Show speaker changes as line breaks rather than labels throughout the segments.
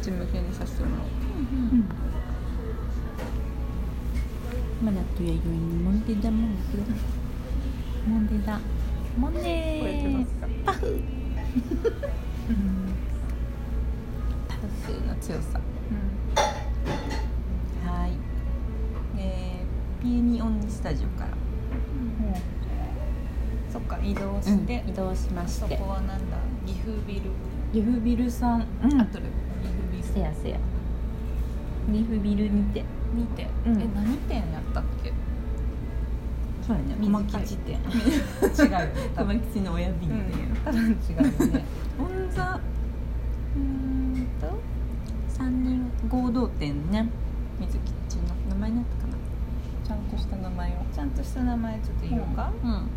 っち向けにさせてもらう
うんマナと弥生にモンデダモンデモンデダモンデ
これやってますか
パフ
パフの強さはいえー、ピエミオンスタジオからそっか移動して、
移動しまし
そ
て
こはなんだ岐阜ビル
ギフビルさん、
あとる岐阜ビル
せやせやギフビルにて
2店、
うん
え何店やったっけ
そうやね
水
小
貝
牧地店
違 うよね多分
小牧地の親瓶店
多分違 うねオンザうーんと
三人合同店ね
水キッチンの名前になったかなちゃんとした名前をちゃんとした名前ちょっと言おうか、
うんうん
うーんと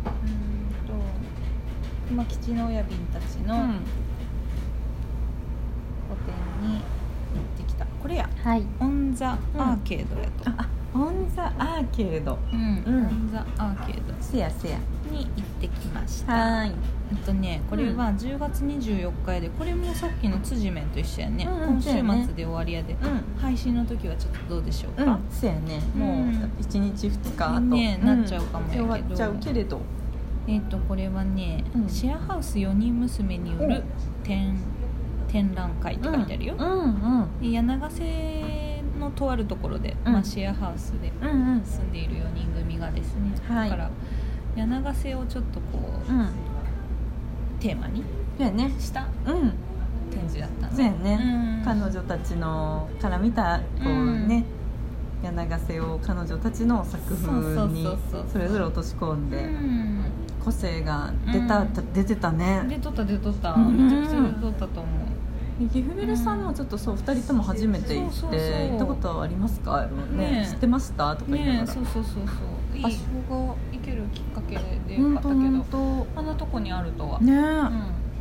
熊吉の親瓶たちの個展に行ってきた、これや
はい
オン・ザ・アーケードやと、
あオンザアーケード
うん
うん
オン・ザ・アーケード
せやせや
に行ってきました
はーい
えっとねこれは10月24日やでこれもさっきの辻面と一緒やね、
うんうん
今週
そうやね
末で終わりやで、
う
配信の時はちょっとどうでしょうか、
んうんせやねもう一日二日あと
ね
うん
なっちゃうかもやけど
終わっちゃうけれど
えっとこれはね、
うん
シェアハウス4人娘による展展覧会って書いてあるよ、
うんうん
で柳瀬のとあるところで、
うん
まあ、シェアハウスで
うんうん
住んでいる4人組がですね、
はい
だから柳瀬をちょっとこう、
うん
テーマに
そうやね
した
うん
展示だったの
そうやね
ん
彼女たちのから見たこうね柳瀬を彼女たちの作風に
そうそうそうそう
それぞれ落とし込んで
うん
個性が出た
うん
出てたね
で撮ったで撮った、
うん
めちゃくちゃで撮ったと思う
ギフベルさんもちょっとそう2人とも初めて行
そう
っ
そうそう
て行ったことありますかね
ね
知ってましたとか言いな
ね
が
え
ら
そうそうそうそう
場
場所が行けるきっかけでよ
本
かった
当
けど
本
あのとこにあるとは、
当ね
うん、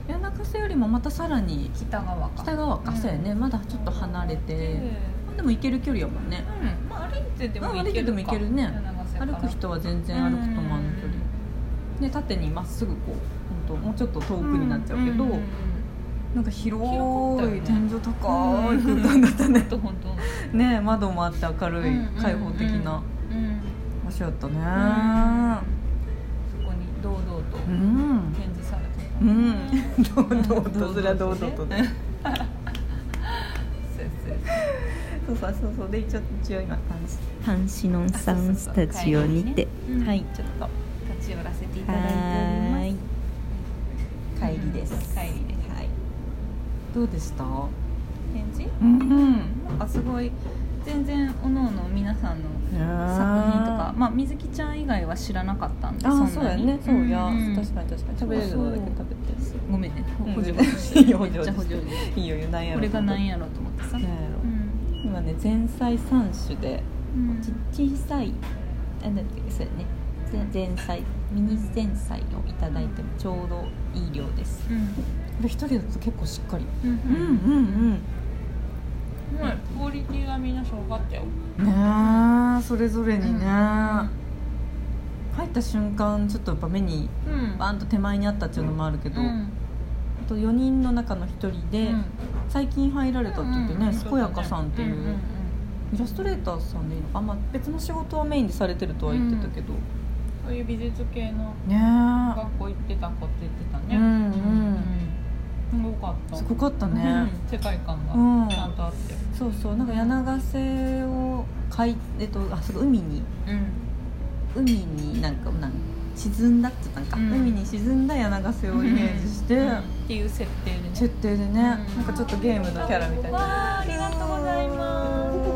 え柳瀬よりもまたさらに
北側か
北側か
うん
そうやねまだちょっと離れて
で
まあでも行ける距離やもんね
うんまあ歩いてでも
うん
行
歩
けるか、
いてでも行けるね
柳瀬から
歩く人は全然歩くともあの距離で縦にまっすぐこう本当もうちょっと遠く
うん
になっちゃうけど
んんん
なんか広
広かったよ
い
ね
天井高い
うん
空間だったね
ほんとほんと
ね窓もあって明るい
うん
開放的な
うん
場所やったね
そこに堂々と
うん
展示されてた
う
そうん
堂々とそりゃ堂々とねそうそうそ
そう
うそうで一応一応今阪神の
サンスタジオにてはい
ちょっと
そう立ち寄らせていただいてお
は
り
い
ます
帰りです
帰りです
はいどうでした
展示
うん
なんかすごい全然おのおの皆さんの
作品と
作品とか、まあ、水木ちゃん以外は知らなかったんで
あ
ん
あ
な
そうやねそうや
ん
確かに確かに食べれるのだけ食べて
ごめんね
うん
補助して
いいよ
めっちゃ補助
補いいよいいよなんやろ
これがなん
や
やろと思ってさ、
なんやろ
うん
今ね前菜三種で
うん
ち小さいあなんだっけそうやね前前菜ミニ前菜をいただいてもちょうどいい量です
うん
これ一人だと結構しっかり
うんうん
うんうん
クオリティがみんなすごかったよ
うんねえそれぞれにね、
うん
入った瞬間ちょっとやっぱ目に
うん
バーンと手前にあったっていうのもあるけど、あと4人の中の1人で、最近入られたって言ってね、健やかさんっていう、イラストレーターさんでいいのか、まあ、別の仕事をメインでされてるとは言ってたけど、
そういう美術系の
ねえ
学校行ってた子って言ってたね
うんうん
うんすごかった
すごかったね、
うん世界観
うん
がちゃんとあって
そうそうなんか柳瀬を海,、えっと、あそう海に
うん
海になんかなん沈んだって言ったんか、
うん
海に沈んだ柳瀬をイメージして、
うんっていう設定でね
設定でね、なんかちょっとゲームのキャラみたいな
わあありがとうござい
ココ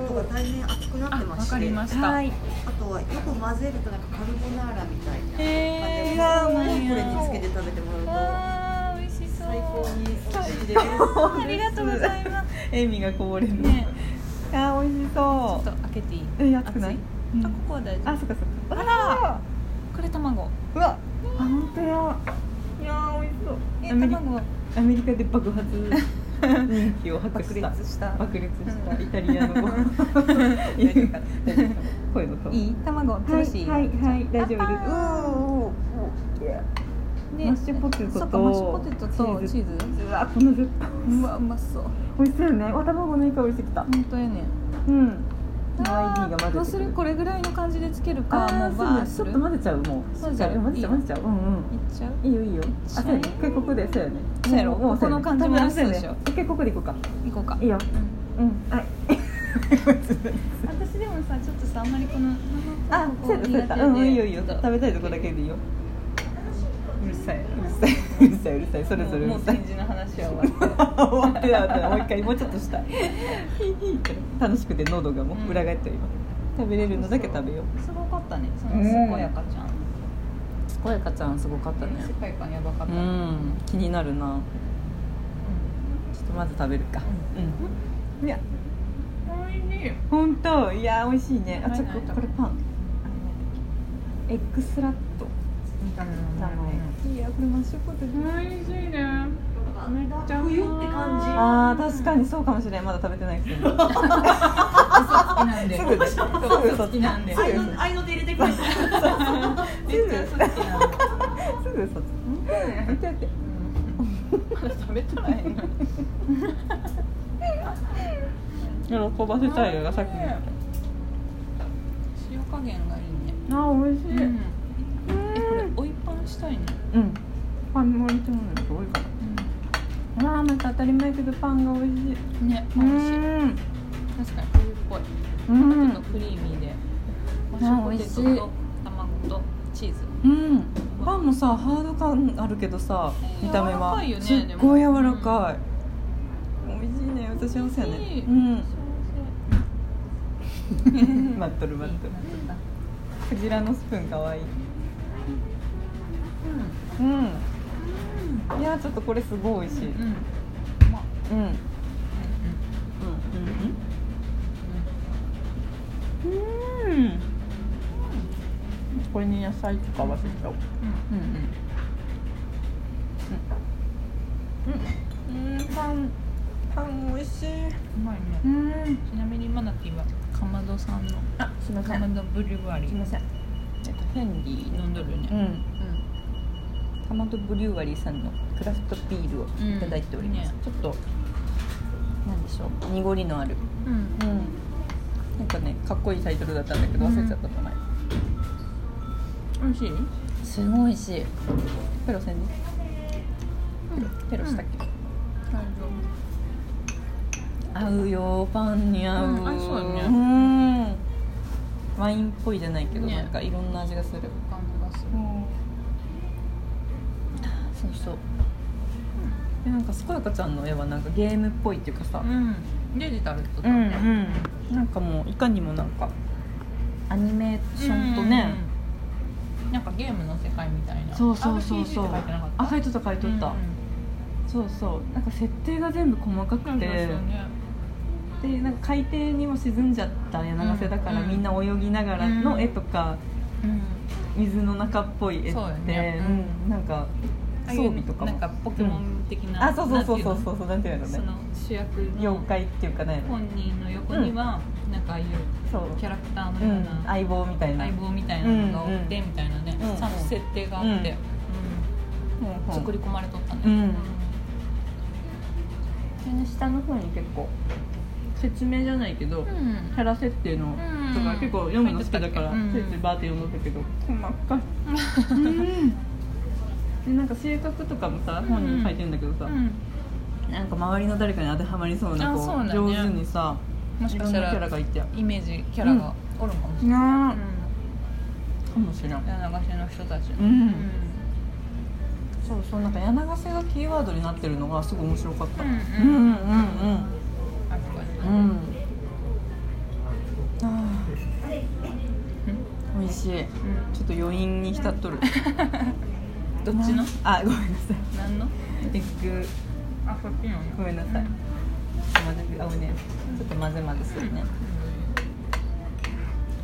ットが
ま
大変熱くなってますして
あわかりました
はい
あとはよく混ぜるとなんかカルボナーラみたいな
へー
感
うまい
じ
な
でこれにつけて食べてもらう
わあ美味しそ
と
う
最高に美味しいです
ありがとうございます
笑みがこぼれる、
ね
あー美味し
ちょ
そ
っと開けていい
え熱くない
熱
うん
あここは大丈
あ
夫
そっかそっか
あらこれ卵
うわあ本当やいやー美味しそう
え
アメリ
卵は
アメリカで爆発人気を博
爆
した
裂した
爆裂した
うん
イタリアの大丈夫か大丈夫か声の顔
いい卵
は
つ
い
るし
はいはい大丈夫ですう
乾杯
おーおーおー
で
マッシュポテトと
そっかマッシュポテトとチ
チ
ーズ
うわこの絶対
うわうまそう
美味しそうよねわ卵のいい香りしてきた
本当やね
うん
あ
YD が混ぜてく
ー
る
どうするこれぐらいの感じでつけるか
あ
も
あ
う
ーそ
バ
う
ー
ね
す
ちょっ
るい
と混ぜちゃうもう
混ぜちゃう
え混ぜちゃう混ぜちゃううんうん
っちゃう
いいよいいよ
っちゃ
あ
う
そうやね一回ここでそうやね
そうやろ
もうそうやね
この感じもそうでし
多分あれそ
ょ
うやね一回ここで行こうか
行こうか
いいよ
うん
うんはい
私でもさちょっとさあんまりこの
あそうやったそうやったうんうんいいよいいよ食べたいとこだけでいいよ
うるさいう
るさいうるさいうるさいそれぞれう
も
る
う
さい
展示の話は終わっ
終わってた終わってたもう一回もうちょっとしたい楽しくて喉がもう裏返ってる今食べれるのだけ食べよう
たすごかったねその
うん
健やかちゃん
声かちゃんすごかったね
世界観やばかっ
う
たね
ん気になるなちょっとまず食べるかうんいや
おいしい
本当いや美味しいねあちょっと
はいはい
これパンエッグスラットいやこれマッシュポテト
おいしいねめっちゃ
冬って感じ
あー確かにそうかもしれんまだ食べてないけ ど
好きなんです
ぐね
そう嘘好きなんで
そ
め
う
っ
よ
ち
の合いの手入れてくれ
ゃ嘘好きなんです
ぐ嘘つく見てて
まだ食べたらいいのに
喜ばせたいよがさっきの
塩加減がいいね
あー美味しい
うんえこれ追いパンしたいね
うんパンもいてものが多いかなあーまた当たり前やけどパンが美味しい
ね美
美
味
味
し
し
い
い
確かに冬っぽい
うん
ちょっとクリーミーでマ
あ
ッシュポテトと卵とチーズ
うんパンもさハード感あるけどさ
えー
見た目は
柔らかいよね
すっごい柔らかい、美味しいね私幸せや
美味しい
ねう ん
幸せ
待っとる待っとるクジラのスプーンかわいいうん、いやちょっとこれすごい美味しいうん
う
うん
んまあ
うん
う
うんうんこれに野菜とか合わせちゃおうん
うん
うんうんうんパンパン美味しいう
まいね
うん
ちなみにマナティはかまどさんの
あすいま
かまどブリュワリ
すい
ー
ませんえっとフェンディ
飲んどるよ
う
ね
ん
うん
かまどブリュワリーさんのクラフトビールをいただいております、
うんね
ちょっとなんでしょう濁りのある
うん
うんなんかねかっこいいタイトルだったんだけど
うん
忘れちゃった名前、
美味しい
すごい美味しいペロせんねペロしたっけ、
大丈夫
合うよパンに合う、
うん合いそうだね
うんワインっぽいじゃないけど、
ね
なんかいろんな味がする
感じがする
そうそうでなんかすこやかちゃんの絵はなんかゲームっぽいっていうかさ
うんデジタルってこと
う
だ
んう
ね
んなんかもういかにもなんかアニメーションとね、
うんなんかゲームの世界みたいな
そうそうそうそう
RPG って書いてなかった
あ書いとった書いとった、そうそうなんか設定が全部細か
うんう
く
ん
て
そうそうね
でなんか海底にも沈んじゃった柳瀬だから、
うん
みんな泳ぎながらの絵とか、
うん
水の中っぽい絵って
そうよね
うんなんか装備とかも
ああいうなんかポケモン的な、
あそうそうそうそう
う
そうそうなんていうの
そ
ね
の主役の
妖怪っていうかね
本人の横には、なんかああいう
そう、
キャラクター
う
のようんな、、
相棒みたいな
相棒みたいなのがおってみたいなね、
うんうん
ちゃんと設定があって、
うんうん
うん作り込まれとったね、
うんそれの下の方に結構説明じゃないけど、
うん
キャラ設定の
うん
とか結構読むの好きだから
うん
ついついバーって読んどったけど細かいうんでなんか性格とかもさ本に書いてんだけどさ、
うん
なんか周りの誰かに当てはまりそうな
あ
こう
そうだね
上手にさ
もし
い
か
ろ
し
ん
た
なキャ
ら
ラがいて
イメージキャラがおるかもしれな
な
い、うん
かもしれん
柳瀬の人たちの、
うんそうそうなんか柳瀬がキーワードになってるのがすごい面白かった、
う
うんん、
う
うんんうん
確かに
うんうんあー美味しいちょっと余韻に浸っとる
どっちの
あごめんなさい
何の
エッグ
あそっちの
ごめんなさい。混ぜ合うね。ちょっと混ぜ混ぜするね。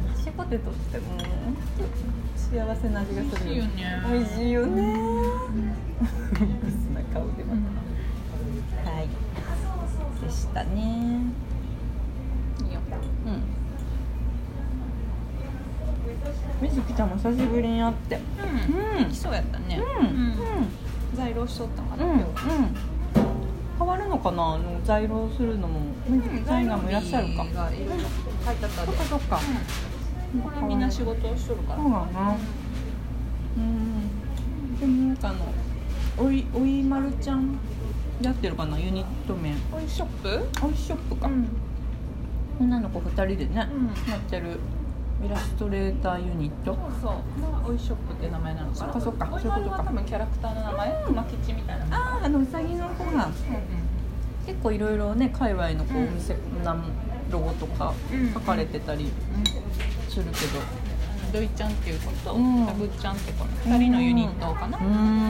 マッシュポテトってもう本当幸せな味が
美味
す
し
る
いよ。ね
美味しい よね。ブスな顔で
う
ま
ん
た。はい。でしたね。
いいよ
うん。水木ちゃんも久しぶりに会ってう
うん
うん
ん来そうやったね
うん
在労しとったんかな
うんう
今
ん
日は
変わるのかなあの在労するのも水木ちゃん以外もいらっしゃるか
在労日がいるの書いてあった
そ
で
っかそっか
うんこれみんな仕事をしとるから
そうだなうんでもなんかあのおいおいまるちゃんやってるかなユニット名
これショップ
アイショップか、
うん
女の子2人でね、
うん
やってるイラストレーターユニット
そうそうまあおいショップって名前なのかな
そっかそっか
おいまるは多分キャラクターの名前熊吉みたいな
あああのうさぎの子が結構いろいろね界隈のこう
うん
お店なロゴとか書かれてたりするけど
ドイちゃんっていう子と
うん
タグちゃんって子の2人のユニットかな
うんな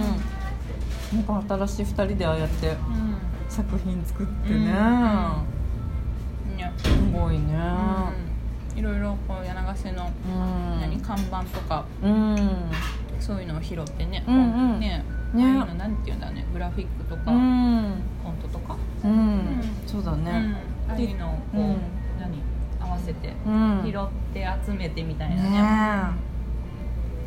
んか新しい2人でああやって
う
作品作って
うん
ね、
んね
すごいね
いろいろこう柳ヶ瀬の
うん
何看板とか
うん
そういうのを拾ってね、
うんうん
ねああ
ね
いうのなんていうんだろうねグラフィックとか、
うん
コントとか、
うんそうだね
うんああいうのをこう、
うん
何合わせて
うん
拾って集めてみたいなね
ね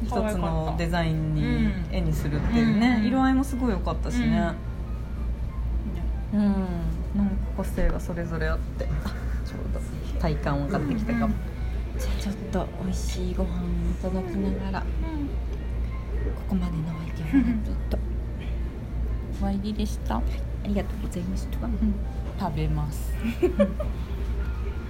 一つ
可愛かった
のデザインに
うん
絵にするっていうね、
うん
色合いもすごい良かったしね
ね
うん、なんか個性がそれぞれあって あちょうど体感を買ってきたかも、じゃあちょっと美味しいご飯をいただきながらここまでのお相手はナピーと
終わりでした
ありがとうございました
食べます